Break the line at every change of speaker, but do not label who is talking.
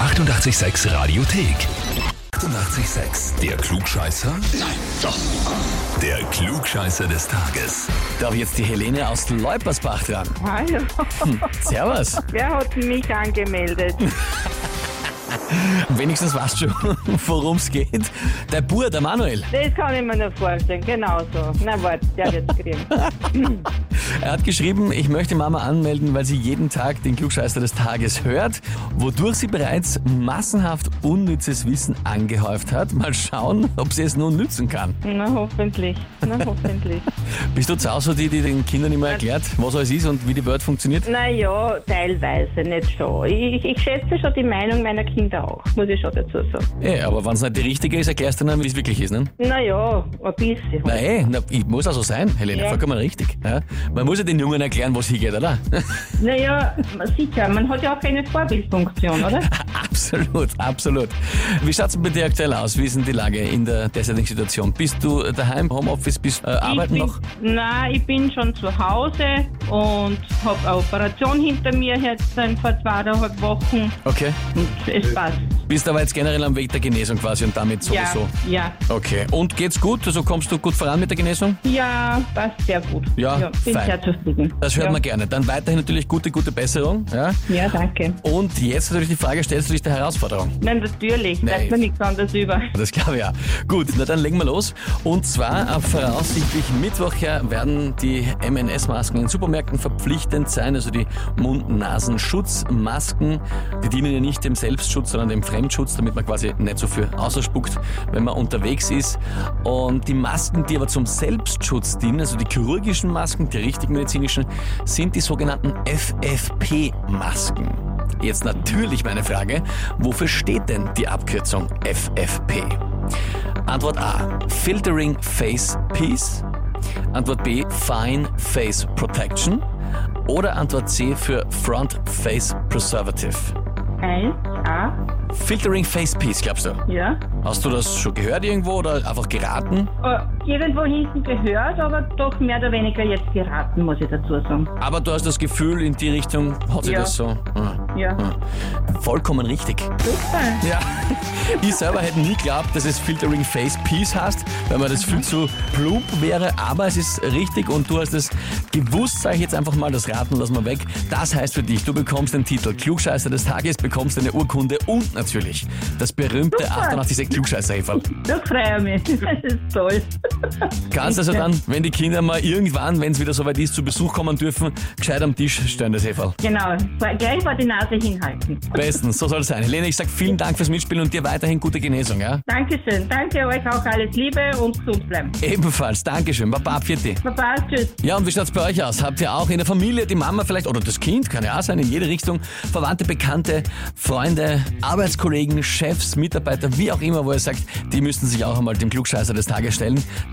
886 Radiothek. 88,6. Der Klugscheißer? Nein, doch. Der Klugscheißer des Tages.
Da hab ich jetzt die Helene aus Leupersbach dran.
Hallo,
Servus.
Also, wer hat mich angemeldet?
Wenigstens weißt du schon, worum es geht. Der Bur, der Manuel,
Das kann ich mir nur vorstellen, genau so. Na warte, der wird's kriegen.
er hat geschrieben, ich möchte Mama anmelden, weil sie jeden Tag den Klugscheißer des Tages hört, wodurch sie bereits massenhaft unnützes Wissen angehäuft hat. Mal schauen, ob sie es nun nützen kann.
Na hoffentlich, na hoffentlich.
Bist du zu Hause so die, die den Kindern immer erklärt, was alles ist und wie die Welt funktioniert?
Naja, teilweise, nicht schon. Ich, ich schätze schon die Meinung meiner Kinder auch, muss ich schon dazu sagen.
Ja, Eh, aber wenn es nicht die richtige ist, erklärst du dann, wie es wirklich ist, ne?
Naja, ein bisschen.
Na eh, na, ich muss also sein, Helene,
Ja.
vollkommen richtig. Ja? Man muss ja den Jungen erklären, wo es hingeht, oder?
Naja, sicher, man hat ja auch keine Vorbildfunktion, oder?
Absolut, absolut. Wie schaut's denn bei dir aktuell aus? Wie ist denn die Lage in der derzeitigen Situation? Bist du daheim, Homeoffice, bist äh, arbeiten
ich bin,
noch?
Nein, ich bin schon zu Hause und habe eine Operation hinter mir jetzt dann vor zweieinhalb Wochen
Okay.
und es
Äh,
passt.
Bist aber jetzt generell am Weg der Genesung quasi und damit
Ja,
sowieso.
ja.
Okay. Und geht's gut? Also kommst du gut voran mit der Genesung?
Ja, passt sehr gut.
Ja,
bin
fein.
sehr zufrieden.
Das hört
ja.
man gerne. Dann weiterhin natürlich gute, gute Besserung. Ja?
Ja, danke.
Und jetzt natürlich die Frage, stellst du dich der Herausforderung?
Nein, natürlich,
Nein.
da ist mir nichts anderes über.
Das glaube ich ja. Gut, na dann legen wir los. Und zwar ab voraussichtlich Mittwoch her werden die MNS-Masken in Supermärkten verpflichtend sein, also die Mund-Nasen-Schutzmasken. Die dienen ja nicht dem Selbstschutz, sondern dem Fremdschutz, damit man quasi nicht so viel ausspuckt, wenn man unterwegs ist. Und die Masken, die aber zum Selbstschutz dienen, also die chirurgischen Masken, die richtigen medizinischen, sind die sogenannten FFP-Masken. Jetzt natürlich meine Frage, wofür steht denn die Abkürzung FFP? Antwort A, Filtering Face Piece. Antwort B, Fine Face Protection. Oder Antwort C für Front Face Preservative.
Eins, A,
Filtering Face Piece, glaubst du?
ja.
Hast du das schon gehört irgendwo oder einfach geraten?
Äh, irgendwo hinten gehört, aber doch mehr oder weniger jetzt geraten, muss ich dazu sagen.
Aber du hast das Gefühl, in die Richtung hat sich
Ja.
das so. hm,
Ja,
hm. Vollkommen richtig.
super.
Ja, ich selber hätte nie geglaubt, dass es Filtering Face Piece heißt, weil mir das viel zu plump wäre, aber es ist richtig und du hast es gewusst, sage ich jetzt einfach mal, das raten lassen wir weg. Das heißt für dich, du bekommst den Titel Klugscheißer des Tages, bekommst eine Urkunde und natürlich das berühmte 88 klugscheißer -Häferl.
Da freue ich mich. Das ist toll.
Kannst also dann, wenn die Kinder mal irgendwann, wenn es wieder soweit ist, zu Besuch kommen dürfen, gescheit am Tisch stellen das Heferl.
Genau, vor- gleich vor die Nase hinhalten.
Bestens, so soll es sein. Helene, ich sag vielen Dank fürs Mitspielen und dir weiterhin gute Genesung, ja?
Dankeschön. Danke euch auch alles Liebe und gesund bleiben.
Ebenfalls, Dankeschön, Baba, Pfiat
Baba, tschüss.
Ja, und wie schaut's bei euch aus? Habt ihr auch in der Familie die Mama vielleicht oder das Kind, kann ja auch sein, in jede Richtung, Verwandte, Bekannte, Freunde, Arbeitskollegen, Chefs, Mitarbeiter, wie auch immer, wo ihr sagt, die müssten sich auch einmal dem Klugscheißer des Tages stellen,